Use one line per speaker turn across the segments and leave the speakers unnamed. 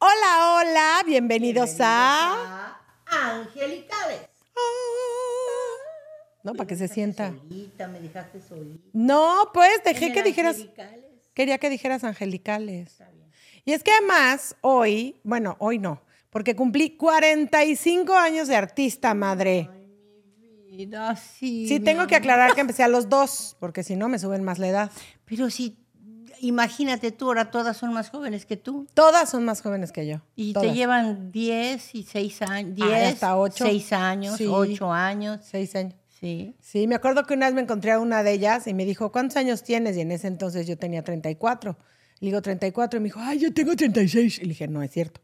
Hola, hola, bienvenidos, a...
Angelicales.
No, para que
Me
se
dejaste
sienta.
Solita, me dejaste solita.
No, pues dejé
En
que dijeras,
Angelicales.
quería que dijeras angelicales. Y es que además hoy, bueno, hoy no, porque cumplí 45 años de artista, madre.
Mira, sí.
Sí,
mi
tengo que
amor.
aclarar que empecé a los dos, porque si no me suben más la edad.
Pero si, imagínate tú, ahora todas son más jóvenes que tú.
Todas son más jóvenes que yo.
Y
todas.
te llevan 10 y 6 años.
Ah,
10,
hasta ocho.
6 años,
Sí.
8 años.
Seis años.
Sí.
Sí, me acuerdo que una vez me encontré a una de ellas y me dijo, ¿cuántos años tienes? Y en ese entonces yo tenía 34. Le digo, 34. Y me dijo, ay, yo tengo 36. Y le dije, no, es cierto.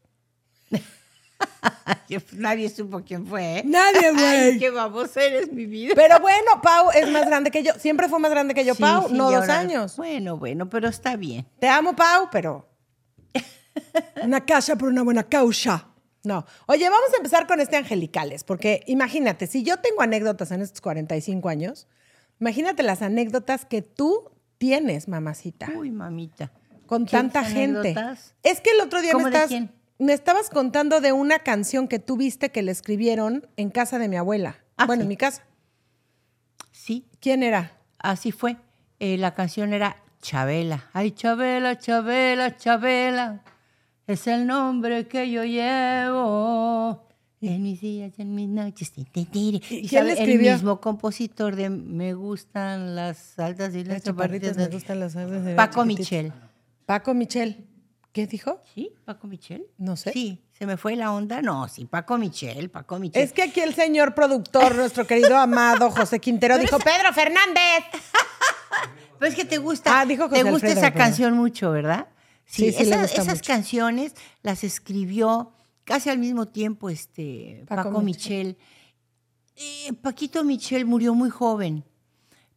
Nadie supo quién fue. ¿eh?
Nadie,
Ay,
güey.
qué babosa eres, mi vida.
Pero bueno, Pau es más grande que yo. Siempre fue más grande que yo,
Sí,
Pau.
sí,
no
y
dos
ahora-
años.
Bueno, bueno, pero está bien.
Te amo, Pau, pero... Una casa por una buena causa. No. Oye, vamos a empezar con este Angelicales, porque imagínate, si yo tengo anécdotas en estos 45 años, imagínate las anécdotas que tú tienes, mamacita.
Uy, mamita.
con
¿Quieres
tanta gente.
anécdotas?
Es que el otro día me,
¿Cómo de
estás-
quién?
me estabas contando de una canción que tú viste que le escribieron en casa de mi abuela.
Ah,
bueno,
sí.
en mi casa.
Sí,
¿Quién era?
Así fue. Eh, la canción era Chabela. Ay, Chabela, Chabela, Chabela. Es el nombre que yo llevo. En mis días, y en mis noches. Ti, ti, ti.
¿Y
Y
quién le
sabe, el
escribió?
mismo compositor de Me gustan las altas y las
Las chaparritas me
chaparritas.
gustan las aves de
Paco
chiquititas.
Michel.
Paco Michel. ¿Qué dijo?
¿Sí? ¿Paco Michel?
No sé.
Sí, se me fue la onda. No, sí, Paco Michel, Paco Michel.
Es que aquí el señor productor, nuestro querido amado José Quintero, dijo Pedro Fernández.
Pero es que te gusta,
Ah, dijo
te
José
gusta
Alfredo,
esa
perdón.
canción mucho, ¿verdad?
Sí, sí, le
esa-
gusta
esas
mucho.
canciones las escribió casi al mismo tiempo este
Paco
Paco,
Michel.
Michel. Eh, Paquito Michel murió muy joven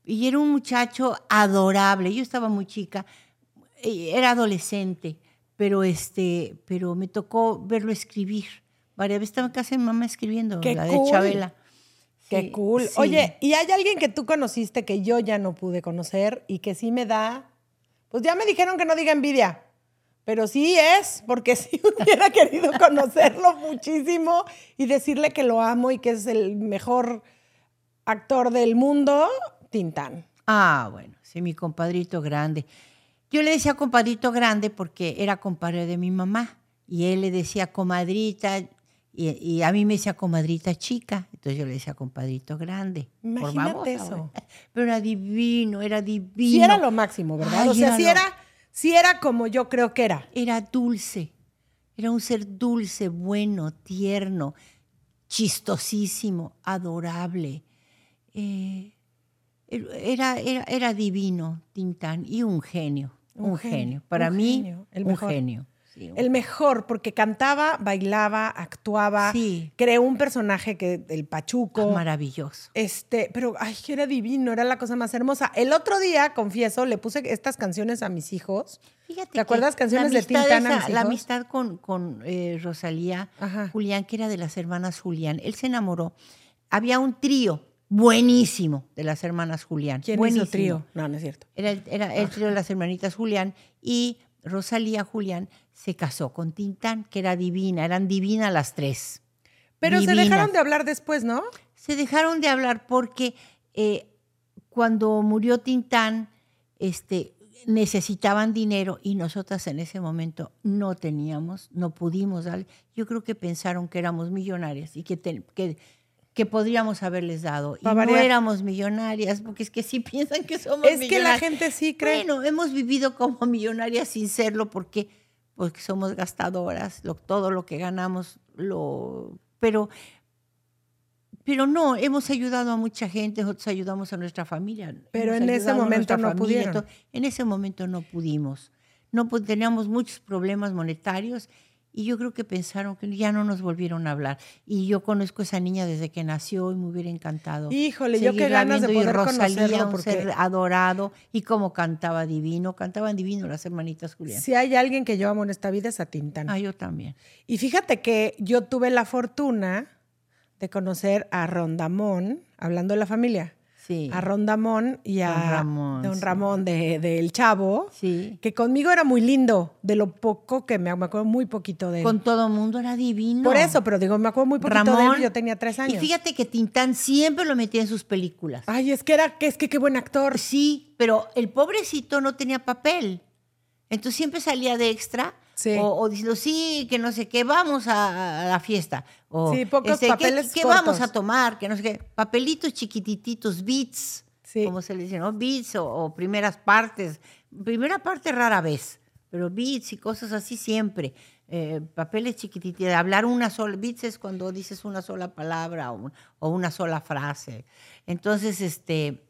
y era un muchacho adorable. Yo estaba muy chica, eh, era adolescente, pero este, pero me tocó verlo escribir. Varias veces estaba en casa de mi mamá escribiendo
¡Qué
la
cool!
de Chabela.
Qué
Sí,
cool.
sí.
Oye, ¿y hay alguien que tú conociste que yo ya no pude conocer y que sí me da? Pues ya me dijeron que no diga envidia, pero sí es, porque sí hubiera querido conocerlo muchísimo y decirle que lo amo y que es el mejor actor del mundo, Tintán.
Ah, bueno, sí, mi compadrito grande. Yo le decía compadrito grande porque era compadre de mi mamá y él le decía comadrita y, y a mí me decía comadrita chica, entonces yo le decía compadrito grande. por
Imagínate
babosa,
eso.
güey. Pero era divino, era divino.
Sí era lo máximo, ¿verdad?
Ay,
o sea,
era
sí
lo-
era, sí era como yo creo que era.
Era dulce, era un ser dulce, bueno, tierno, chistosísimo, adorable. Eh, era, era, era divino Tintán y un genio,
Un
un,
genio,
genio. Para
un
mí,
genio, el
un
mejor.
genio. sí, un-
El mejor, porque cantaba, bailaba, actuaba,
Sí.
creó un personaje que el pachuco.
maravilloso.
Este, pero ay, que era divino, era la cosa más hermosa. El otro día, confieso, le puse estas canciones a mis hijos.
Fíjate
¿Te acuerdas
que
canciones
la
de
amistad
Tintán a
esa-
mis
La
hijos?
amistad con, con eh, Rosalía
Ajá.
Julián, que era de las hermanas Julián. Él se enamoró. Había un trío buenísimo de las hermanas Julián.
¿Quién
buenísimo.
hizo trío? No, no es cierto.
Era el, era
Ah.
el trío de las hermanitas Julián y Rosalía Julián se casó con Tintán, que era divina, eran divinas las tres.
Pero se
Divinas.
dejaron de hablar después, ¿no?
Se dejaron de hablar porque eh, cuando murió Tintán, este, necesitaban dinero y nosotras en ese momento no teníamos, no pudimos darle. Yo creo que pensaron que éramos millonarias y que, ten- que, que podríamos haberles dado. Y
Pa'
no
variar.
éramos millonarias, porque es que sí piensan que somos
Es que la
millonarias.
gente sí cree.
Bueno, hemos vivido como millonarias sin serlo porque, porque somos gastadoras, lo- todo lo que ganamos, lo, pero, pero no, hemos ayudado a mucha gente, nosotros ayudamos a nuestra familia.
Pero
hemos
en ese
ayudado a
momento
nuestra
no pudieron.
entonces, en ese momento no pudimos, no pu- teníamos muchos problemas monetarios Y yo creo que pensaron que ya no nos volvieron a hablar. Y yo conozco a esa niña desde que nació y me hubiera encantado.
Híjole, yo qué
seguirla
ganas de
viendo.
poder
y Rosalía,
conocerlo,
un
porque-
ser adorado. Y cómo cantaba divino. Cantaban divino las hermanitas Julián.
Si hay alguien que yo amo en esta vida es a Tintán.
Ah, yo también.
Y fíjate que yo tuve la fortuna de conocer a Rondamón, hablando de la familia,
Sí.
a Rondamón y a
Don Ramón,
Don
sí.
Ramón de, de El Chavo,
Sí.
que conmigo era muy lindo, de lo poco que me, me acuerdo muy poquito de él.
Con todo mundo era divino.
Por eso, pero digo, me acuerdo muy poquito de él,
Ramón.
yo tenía tres años. Ah.
Y fíjate que Tintán siempre lo metía en sus películas.
Ay, es que era, que es que qué buen actor.
Sí, pero el pobrecito no tenía papel. Entonces siempre salía de extra
Sí.
o, o diciendo, sí, que no sé qué, vamos a, a la fiesta. O,
Sí,
este,
pocos
¿qué-
papeles
¿Qué,
cortos.
vamos a tomar? Que no sé qué. Papelitos chiquitititos, bits,
Sí.
como se le dice, ¿no? Bits o, o primeras partes. Primera parte rara vez, pero bits y cosas así siempre. Eh, papeles chiquitititos, hablar una sola, bits es cuando dices una sola palabra o, un- o una sola frase. Entonces, este,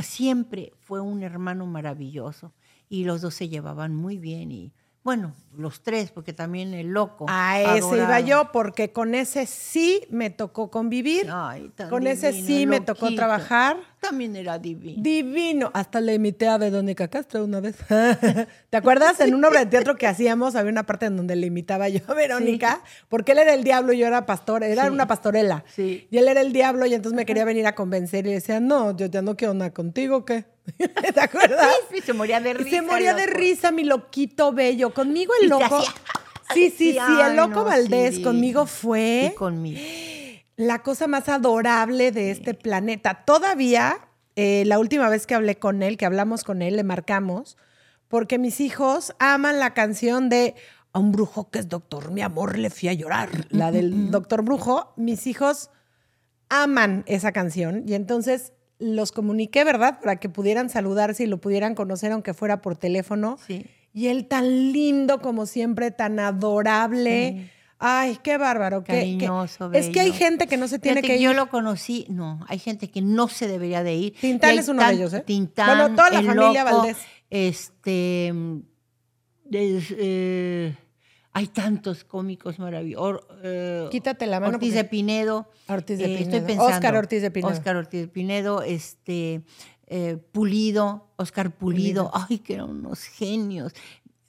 siempre fue un hermano maravilloso y los dos se llevaban muy bien y, bueno, los tres, porque también el loco.
A Ah, ese iba
adorado.
yo, porque con ese sí me tocó convivir.
Ay, tan
con ese
divino,
sí me tocó
loquito.
trabajar.
También era divino.
Divino. Hasta le imité a Verónica Castro una vez. ¿Te acuerdas? En una obra de teatro que hacíamos, había una parte en donde le imitaba yo a Verónica, porque él era el diablo y yo era pastor, era
Sí.
una pastorela.
Sí.
Y él era el diablo y entonces me quería venir a convencer y le decía, no, yo ya no quiero nada contigo, ¿qué? ¿Te acuerdas?
Sí, se moría de
Y
risa.
se moría de
loco.
risa, mi loquito bello. Conmigo el
Y te
loco.
hacía-
Sí, sí, sí, el
Ay,
loco
no,
Valdés
sí.
conmigo fue
Y conmigo.
la cosa más adorable de este planeta. Todavía, eh, la última vez que hablé con él, que hablamos con él, le marcamos, porque mis hijos aman la canción de A un brujo que es doctor, mi amor, le fui a llorar. La del doctor brujo. Mis hijos aman esa canción y entonces los comuniqué, ¿verdad? Para que pudieran saludarse y lo pudieran conocer, aunque fuera por teléfono.
Sí.
Y él tan lindo como siempre, tan adorable. Ay, qué bárbaro. qué- qué-
Cariñoso,
Es que hay
bello.
gente que no se tiene
Fíjate
que ir.
Yo lo conocí, no, hay gente que no se debería de ir.
Tintán
Y hay
es uno de ellos, ¿eh?
Tintán,
Bueno, toda la
El
familia
Loco,
Valdés.
Este, mm, es, eh, hay tantos cómicos maravillosos. Or- eh,
Quítate la mano.
Ortiz de
porque-
Pinedo. eh,
Ortiz de
Estoy
Pinedo.
pensando.
Óscar Ortiz de Pinedo.
Óscar Ortiz de Pinedo, este, eh, Pulido, Óscar Pulido. Ay, que eran unos genios.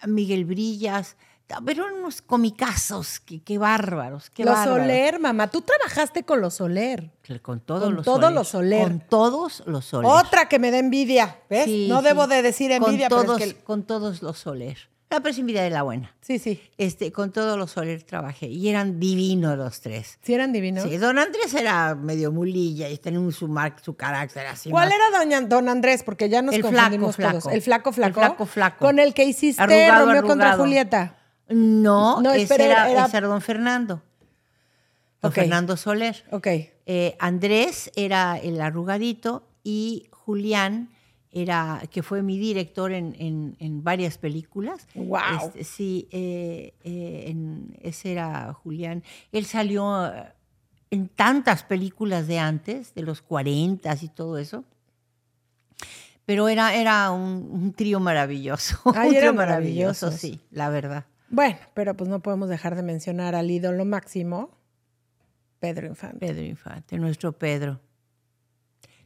Miguel Brillas. Pero eran unos comicazos, que- qué bárbaros, qué
los
bárbaros.
Soler, mamá. Tú trabajaste con los Soler.
Con todos
Con
los
todos
soles.
los soler.
Con todos los soler.
Otra que me da envidia. ¿Ves?
Sí,
no
sí.
debo de decir envidia,
con
pero
todos,
es que.
Con todos los soler. La pero es envidia de la buena.
Sí, sí.
Este, con todos los soler trabajé y eran divinos los tres.
Sí, eran divinos.
Sí, don Andrés era medio mulilla y tenía un- su, mar- su carácter así.
¿Cuál
más-
era doña- don Andrés? Porque ya nos
El flaco,
confundimos
flaco.
todos. El flaco,
El
flaco.
flaco, flaco.
Con el que hiciste
Arrugado,
Romeo contra
arrugado.
Julieta.
No,
No,
ese,
espera,
era,
era-
ese era don Fernando. Don
Ok.
Fernando Soler.
Ok.
Eh, Andrés era el arrugadito y Julián era que fue mi director en, en- en varias películas.
Guau.
Este, sí, eh, eh, en- ese era Julián. Él salió eh, en tantas películas de antes, de los 40 y todo eso. Pero era, era un, un trío maravilloso.
Ay,
un
eran
trío maravilloso,
maravillosos.
sí, la verdad.
Bueno, pero pues no podemos dejar de mencionar al ídolo máximo, Pedro Infante.
Pedro Infante, nuestro Pedro.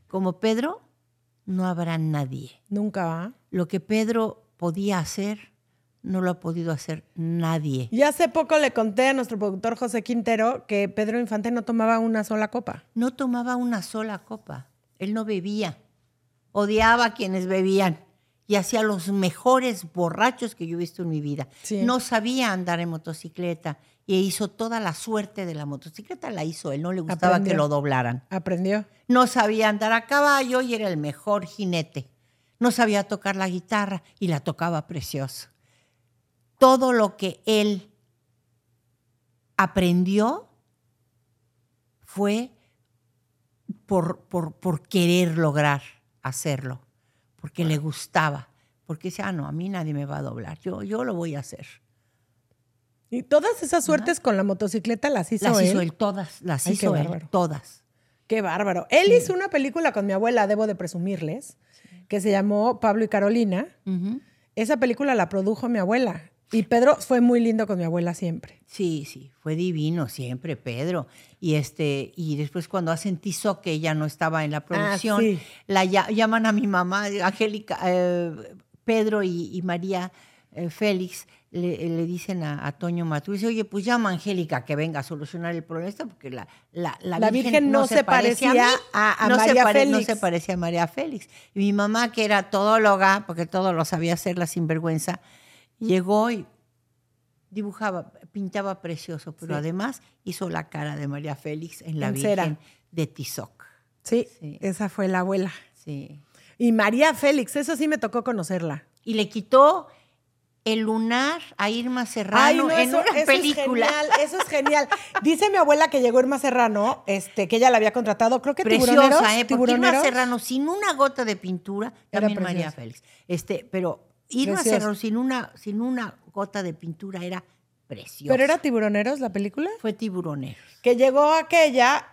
Como Pedro, no habrá nadie.
Nunca va.
Lo que Pedro podía hacer, no lo ha podido hacer nadie.
Y hace poco le conté a nuestro productor José Quintero que Pedro Infante no tomaba una sola copa.
No tomaba una sola copa. Él no bebía. Odiaba a quienes bebían. Y hacía los mejores borrachos que yo he visto en mi vida.
Sí.
No sabía andar en motocicleta. Y hizo toda la suerte de la motocicleta, la hizo él. No le gustaba
Aprendió.
que lo doblaran.
Aprendió.
No sabía andar a caballo y era el mejor jinete. No sabía tocar la guitarra y la tocaba precioso. Todo lo que él aprendió fue por, por- por querer lograr hacerlo, porque le gustaba, porque decía, ah, no, a mí nadie me va a doblar, yo, yo lo voy a hacer.
Y todas esas suertes con la motocicleta las hizo,
Las
él.
hizo él todas, las
Ay, qué
hizo él
bárbaro.
todas.
Qué bárbaro. Él hizo una película con mi abuela, debo de presumirles, que se llamó Pablo y Carolina.
Ujú.
Esa película la produjo mi abuela. Y Pedro fue muy lindo con mi abuela siempre.
Sí, sí, fue divino siempre, Pedro. Y este, y después cuando hacen Tizoc, que ella no estaba en la producción,
Ah, sí.
la lla- llaman a mi mamá, Angélica, eh, Pedro y, y María eh, Félix, le, le dicen a, a Toño Maturiz, oye, pues llama a Angélica que venga a solucionar el problema este, porque la, la,
La Virgen no se parecía
mí,
a- a
no se
María
pare- No
Félix.
se parecía a María Félix. Y mi mamá, que era todóloga, porque todo lo sabía hacer la sinvergüenza, llegó y dibujaba, pintaba precioso, pero
Sí.
además hizo la cara de María Félix en la
En
Virgen
cera.
de Tizoc.
Sí,
Sí.
esa fue la abuela.
Sí.
Y María Félix, eso sí me tocó conocerla.
Y le quitó el lunar a Irma Serrano
Ay, no,
en
eso-
una
eso
película.
Es genial, eso es genial. Dice mi abuela que llegó Irma Serrano, este, que ella la había contratado, creo que tiburoneros.
Preciosa, ¿eh? Porque Irma
Tiburoneros.
Serrano sin una gota de pintura,
Era
también María
preciosa.
Félix. Este, pero Irma
Preciosa.
Serrano sin una, sin una gota de pintura era preciosa.
¿Pero era Tiburoneros la película?
Fue tiburonero.
Que llegó aquella,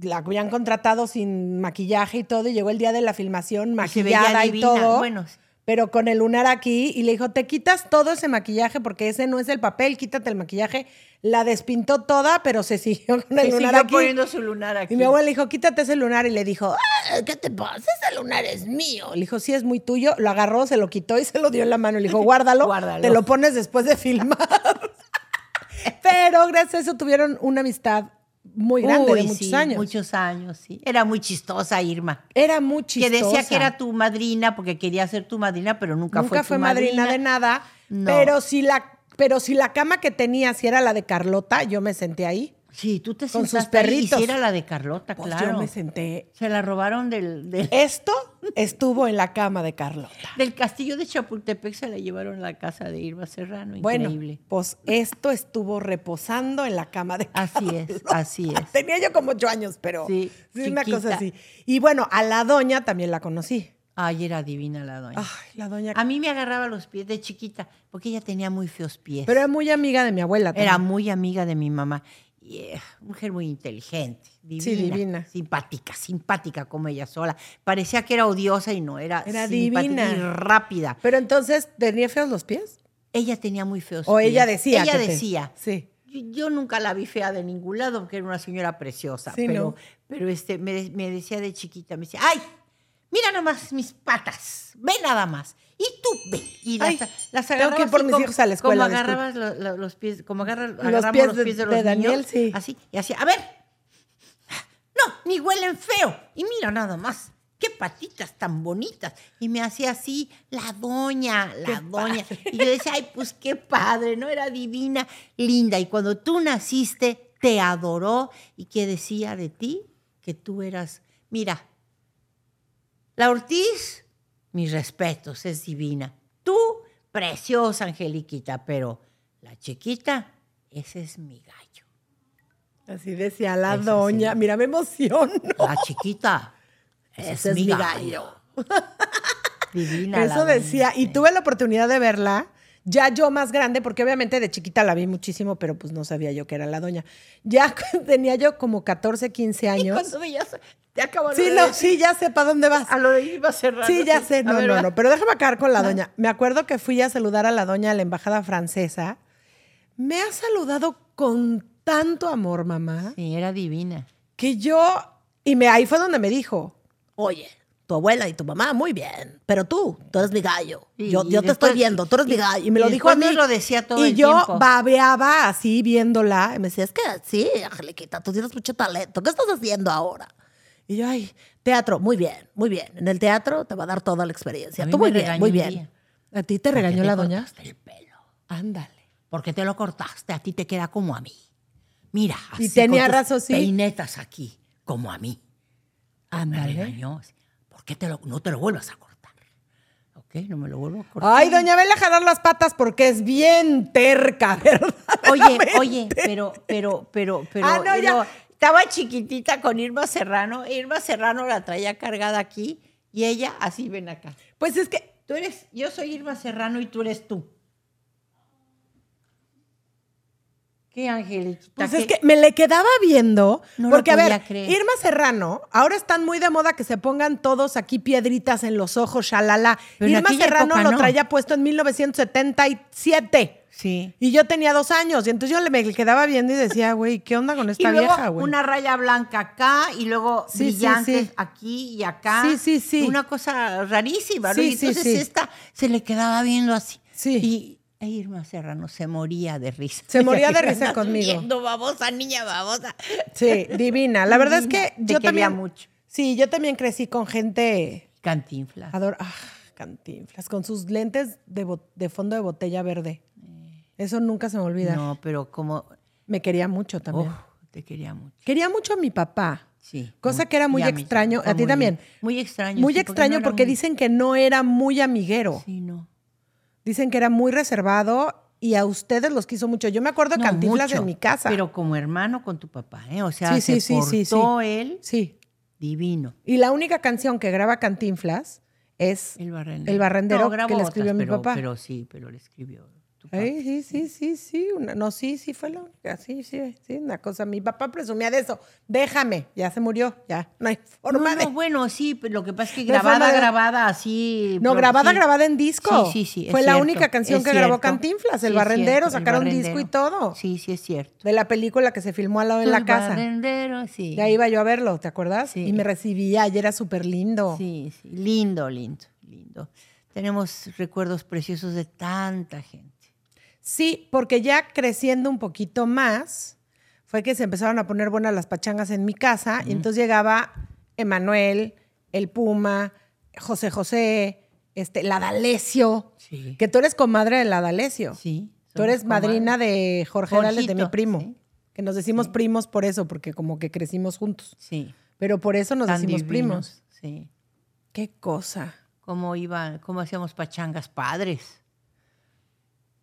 la habían contratado sin maquillaje y todo, y llegó el día de la filmación
Y se veía
maquillada y,
divina.
todo.
Bueno,
Pero con el lunar aquí, y le dijo, te quitas todo ese maquillaje porque ese no es el papel, quítate el maquillaje. La despintó toda, pero se siguió con el
se
lunar
siguió
aquí.
poniendo su lunar aquí.
Y mi abuela le dijo, quítate ese lunar. Y le dijo, "Ah, ¿qué te pasa? Ese lunar es mío. Le dijo, sí, es muy tuyo. Lo agarró, se lo quitó y se lo dio en la mano. Le dijo, guárdalo,
Guárdalo.
te lo pones después de filmar. Pero gracias a eso tuvieron una amistad muy grande de
Uy,
muchos
sí,
años.
Muchos años, sí. Era muy chistosa Irma.
Era muy chistosa.
Que decía que era tu madrina porque quería ser tu madrina, pero nunca,
Nunca fue,
tu
madrina, de nada.
No.
Pero, si la, pero si la cama que tenía, si era la de Carlota, yo me senté ahí.
Sí, tú te
Con sus
sentaste ahí,
perritos.
Y sí era la de Carlota,
Pues
Ah, claro.
yo me senté.
Se la robaron del, del,
Esto estuvo en la cama de Carlota.
del castillo de Chapultepec, se la llevaron a la casa de Irma Serrano.
Bueno,
Increíble.
pues esto estuvo reposando en la cama de
Así es, así es.
Tenía yo como ocho años, pero
Sí,
sí, una
chiquita.
cosa así. Y bueno, a la doña también la conocí.
Ay, era divina la doña.
Ay, la doña.
A mí me agarraba los pies de chiquita, porque ella tenía muy feos pies.
Pero era muy amiga de mi abuela también.
Era muy amiga de mi mamá. Y, eh, mujer muy inteligente, divina,
Sí, divina.
Simpática, simpática como ella sola. Parecía que era odiosa y no, era,
Era
simpática
divina.
y rápida.
Pero entonces, ¿tenía feos los pies?
Ella tenía muy feos
O ella
pies.
decía.
Ella
que te-
decía.
Sí.
Yo, yo nunca la vi fea de ningún lado porque era una señora preciosa.
Sí,
pero
¿no?
pero este, me, de- me decía de chiquita, me decía, ¡ay! Mira nada más mis patas, ve nada más. Y tú ve. Y las,
Ay,
las
tengo que ir
agarrabas
por
y
mis
como-
hijos a la escuela,
Como
disculpa.
agarrabas lo- lo- los pies, como agarra- agarramos los
pies
pies de,
de-
los
de Daniel,
niños,
sí.
Así, y así, a ver. No, ni huelen feo. Y mira nada más. Qué patitas tan bonitas. Y me hacía así, la doña, la doña. Y yo decía, ay, pues qué padre, ¿no? Era divina, linda. Y cuando tú naciste, te adoró. ¿Y qué decía de ti? Que tú eras, mira, la Ortiz, mis respetos, es divina. Tú, preciosa Angeliquita, pero la chiquita, ese es mi gallo.
Así decía la
Eso sí.
doña. Mira, me emociono.
La chiquita, ese es, mi gallo. Divina. la
Eso
doña,
decía. Y
sí.
tuve la oportunidad de verla. Ya yo más grande, porque obviamente de chiquita la vi muchísimo, pero pues no sabía yo que era la doña. Ya tenía yo como 14, 15
Y
años.
cuando veías, te acabo
Sí,
de
no,
decir,
sí, ya sé para dónde vas.
a lo de Irma Serrano.
Sí, ya sé,
A
no,
ver,
no,
va.
no. Pero déjame acabar con la doña. Me acuerdo que fui a saludar a la doña a la embajada francesa. Me ha saludado con tanto amor, mamá,
Sí, era divina.
que yo. Y me, ahí fue donde me dijo:
Oye, tu abuela y tu mamá, muy bien. Pero tú, tú eres mi gallo.
Y-
yo
y
yo te
después-
estoy viendo, tú eres mi gallo.
Y me lo
Y
dijo a mí.
después nos lo decía todo
Y
el
yo
tiempo.
babeaba así viéndola.
me decía, es que sí, Angeliquita, tú tienes mucho talento. ¿Qué estás haciendo ahora?
Y yo, ay,
Teatro, muy bien, muy bien. En el teatro te va a dar toda la
A
experiencia.
mí
Tú
me
muy bien,
regañó
muy
un
bien.
día.
¿a ti te regañó
te
la doña?
cortaste el pelo?
Ándale.
porque te lo cortaste, a ti te queda como a mí. Mira,
Y
así
tenía
con tus
razón, sí.
peinetas aquí, como a mí. Me
Ándale.
regañó. ¿Por qué te lo- no te lo vuelvas a cortar? Ok, no me lo vuelvo a cortar.
Ay, doña, vela a jalar las patas porque es bien terca, ¿verdad?
Oye, oye, pero, pero, pero, pero.
Ah, no, ya.
no, Estaba chiquitita con Irma Serrano. Irma Serrano la traía cargada aquí y ella así, ven acá.
Pues es que
Tú eres, yo soy Irma Serrano y tú eres tú. Qué angelita.
Pues
qué-
es que me le quedaba viendo,
No lo
porque a ver,
podía creer.
Irma Serrano, ahora están muy de moda que se pongan todos aquí piedritas en los ojos, shalala.
Pero en
Irma
aquella
Serrano
época
lo
no.
traía puesto en 1977
Sí.
y yo tenía dos años y entonces yo le- me le quedaba viendo y decía, güey, ¿qué onda con
Y
esta
luego
vieja, güey?
una raya blanca acá y luego
Sí, sí,
brillantes
sí.
aquí y acá.
Sí, sí, sí.
Una cosa rarísima. ¿no?
Sí,
y
sí,
entonces
sí.
esta se le quedaba viendo así.
Sí.
Y e Irma Serrano se moría de risa.
Se moría de risa conmigo.
Viendo babosa, niña babosa.
Sí, divina. La verdad es
Divina.
que
Te
yo
quería
también
mucho.
Sí, yo también crecí con gente
Cantinflas.
Adoro. Ah, cantinflas. Con sus lentes de, bo- de fondo de botella verde. Eso nunca se me olvida.
Eh. No, pero como...
Me quería mucho también.
Uf, te quería mucho.
Quería mucho a mi papá.
Sí.
Cosa que era muy
Y a mí
extraño.
fue
A ti
muy-
también.
Muy extraño.
Muy
sí,
extraño
no era
porque
muy-
dicen que no era muy amiguero.
Sí, no.
Dicen que era muy reservado y a ustedes los quiso mucho. Yo me acuerdo
No,
cantinflas
mucho,
en mi casa.
Pero como hermano con tu papá, ¿eh? O sea,
Sí, sí,
se
sí, sí, sí.
portó él
Sí.
divino.
Y la única canción que graba Cantinflas es
El barrendero.
El barrendero
grabó
que le escribió a mi
pero,
papá.
Pero sí, pero le escribió tu papá.
Ay, sí, sí, sí, sí. una- no, sí, sí fue la única. Sí, sí, sí, una cosa. Mi papá presumía de eso. Déjame, ya se murió, ya. No hay
No,
forma
no,
de.
bueno, sí, pero lo que pasa es que
No hay forma
grabada,
de-
grabada así.
No,
pro-
grabada,
sí.
grabada en disco.
Sí, sí, sí. es
Fue la
cierto,
única canción
es
que grabó
cierto.
Cantinflas,
Sí,
El
es
Barrendero,
cierto, El
sacaron disco y
Barrendero.
todo.
Sí, sí, es cierto.
De la película que se filmó al lado en la
El
casa.
barrendero, sí.
Ya iba yo a verlo, ¿te acuerdas?
Sí.
Y me recibía y era súper lindo.
Sí, sí. Lindo, lindo, lindo. Tenemos recuerdos preciosos de tanta gente.
Sí, porque ya creciendo un poquito más, fue que se empezaron a poner buenas las pachangas en mi casa. Y entonces llegaba Emanuel, el Puma, José José, este, la D'Alessio.
Sí.
Que tú eres comadre de la D'Alessio.
Sí.
Tú eres madrina de Jorge Dales, de mi
Jorgito,
primo.
sí.
Que nos decimos primos por eso, porque como que crecimos juntos.
Sí.
Pero por eso nos
tan
decimos primos.
divinos, Sí.
Qué cosa.
Cómo iban, cómo hacíamos pachangas padres.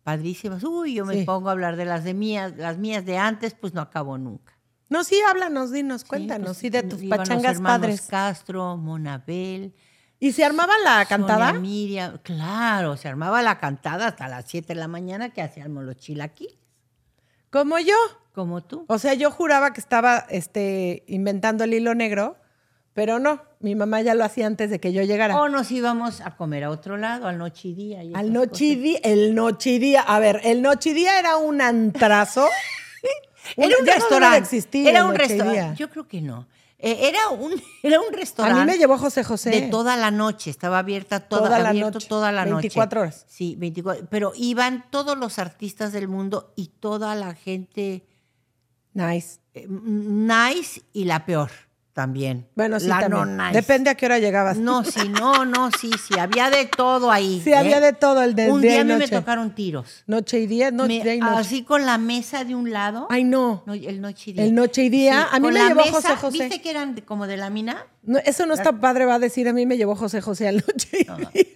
Padrísimas. Uy, yo me
Sí.
pongo a hablar de las de mías, las mías de antes, pues no acabo nunca.
No, sí, háblanos, dinos, cuéntanos. Sí, de tus
iban pues, los
pachangas
hermanos
padres.
Castro, Monabel,
¿Y se armaba la cantada?
Sonia Miriam. Claro, se armaba la cantada hasta las 7 de la mañana que hacíamos los chilaquiles,
Como yo.
como tú.
O sea, yo juraba que estaba este, inventando el hilo negro, pero no. Mi mamá ya lo hacía antes de que yo llegara.
O nos íbamos a comer a otro lado, al noche y día. y
Al
esas
nochidía, el nochidía. A ver, el nochidía era un antrazo.
cosas. Era un
ya no debe de
restaurante.
existir
era
el
un
nochidía.
restaurante. Yo creo que no. Eh, era, un, era un
A
restaurante.
mí me llevó José José.
De toda la noche, estaba abierta toda,
Toda la
la
noche,
noche, toda la
24
noche.
horas.
Sí, 24, pero iban todos los artistas del mundo y toda la gente
Nice.
eh, nice y la peor también.
Bueno, sí,
la
también.
no nice.
Depende a qué hora llegabas.
No, sí, no, no, sí, sí, había de todo ahí. ¿eh?
Sí, había de todo, el de
Un
día y
día a mí
noche.
me tocaron tiros.
Noche y día, noche
Me-
día y noche.
Así con la mesa de un lado.
Ay, no.
No, el noche y día.
El noche y día. A mí
con
me
la
llevó
mesa,
José José.
¿Viste que eran de- como de lámina?
No, Eso no está padre, va a decir. A mí me llevó José José al noche y día.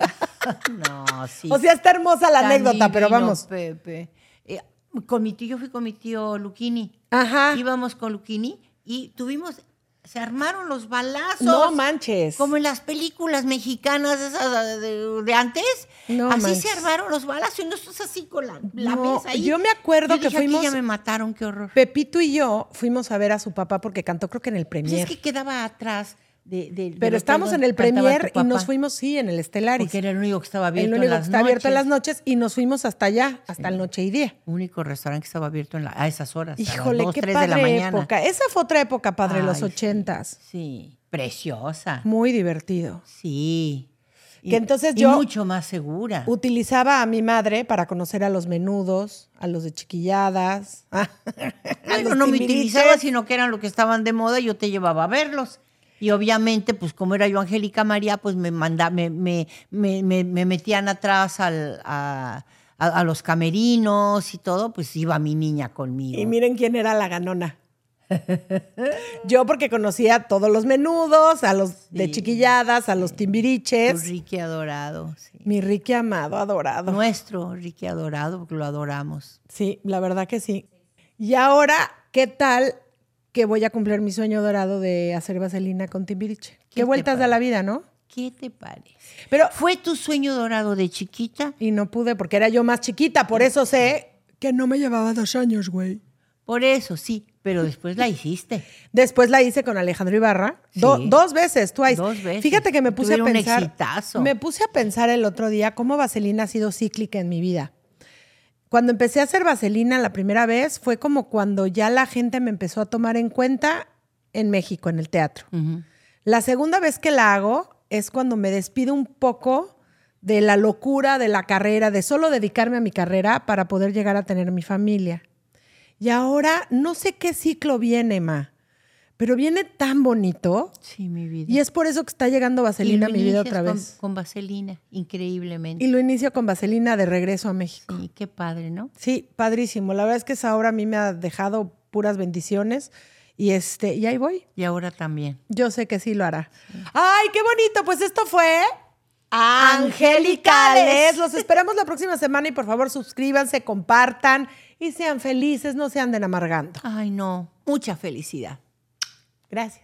No, sí.
O sea, está hermosa la
Tan
anécdota, pero
divino,
vamos.
Pepe. Eh, con mi tío, yo fui con mi tío Luquini.
Ajá.
Íbamos con Luquini y tuvimos, se armaron los balazos.
No manches.
Como en las películas mexicanas esas de, de antes.
No
así se
manches.
armaron los balazos y nosotros así con la, la
No,
mesa ahí.
yo me acuerdo
Yo
que
dije, "Aquí
fuimos-
ya me mataron, qué horror.
Pepito y yo fuimos a ver a su papá porque cantó creo que en el
Pues
Premier.
es que quedaba atrás de. de- del
pero
hotel
estábamos en
donde
el
cantaba
Premier
tu
y nos
papá,
fuimos, sí, en el Estelaris.
Porque era el único que estaba abierto.
el
en
único que
las
está abierto en las
noches.
noches y nos fuimos hasta allá, hasta el noche y día.
único restaurante que estaba abierto en la- a esas horas.
Híjole,
a las 2,
qué
3 de la
padre
mañana.
época. Esa fue otra época, padre,
Ay,
los
sí.
ochentas.
Sí, preciosa.
Muy divertido.
Sí.
Que entonces
y
yo-
mucho más segura.
Utilizaba a mi madre para conocer a los menudos, a los de chiquilladas. a
Bueno,
los
no me
timidiches.
utilizaba, sino que eran los que estaban de moda, yo te llevaba a verlos. Y obviamente, pues como era yo Angélica María, pues me manda, me, me, me- me- me metían atrás al- a, a- a los camerinos y todo, pues iba mi niña conmigo.
Y miren quién era la ganona. Yo porque conocía a todos los menudos, a los de
Sí,
chiquilladas, a los
Tu
timbiriches.
Pues, Ricky adorado, sí.
Mi Ricky amado, adorado.
Nuestro Ricky adorado, porque lo adoramos.
Sí, la verdad que sí. Y ahora, ¿qué tal que voy a cumplir mi sueño dorado de hacer vaselina con timbiriche? Qué,
te
vueltas da
parece?
la vida, ¿no?
¿Qué te parece?
Pero,
¿Fue tu sueño dorado de chiquita?
y no pude porque era yo más chiquita, por eso sé que no me llevaba dos años, güey.
Por eso, sí, pero después la hiciste.
Después la hice con Alejandro Ibarra. Do-
Sí.
dos veces, Twice.
Dos veces.
Fíjate que me puse
Tuvieron
a
un
pensar.
exitazo.
Me puse a pensar el otro día cómo Vaselina ha sido cíclica en mi vida. Cuando empecé a hacer Vaselina la primera vez fue como cuando ya la gente me empezó a tomar en cuenta en México, en el teatro. La segunda vez que la hago es cuando me despido un poco de la locura de la carrera, de solo dedicarme a mi carrera para poder llegar a tener mi familia. Y ahora no sé qué ciclo viene, Ma, pero viene tan bonito
Sí, mi vida.
y es por eso que está llegando
Y lo
Vaselina a mi vida
inicias
otra
con-
vez.
Con, vaselina, increíblemente.
Y lo inicio con Vaselina de regreso a México.
Sí, qué padre, ¿no?
Sí, padrísimo. La verdad es que esa obra a mí me ha dejado puras bendiciones y este y ahí voy.
Y ahora también.
Yo sé que sí lo hará. ¡Ay, qué bonito! Pues esto fue.
Angelicales.
Los esperamos la próxima semana y por favor suscríbanse, compartan y sean felices, no se anden amargando.
Ay, no. Mucha felicidad.
Gracias.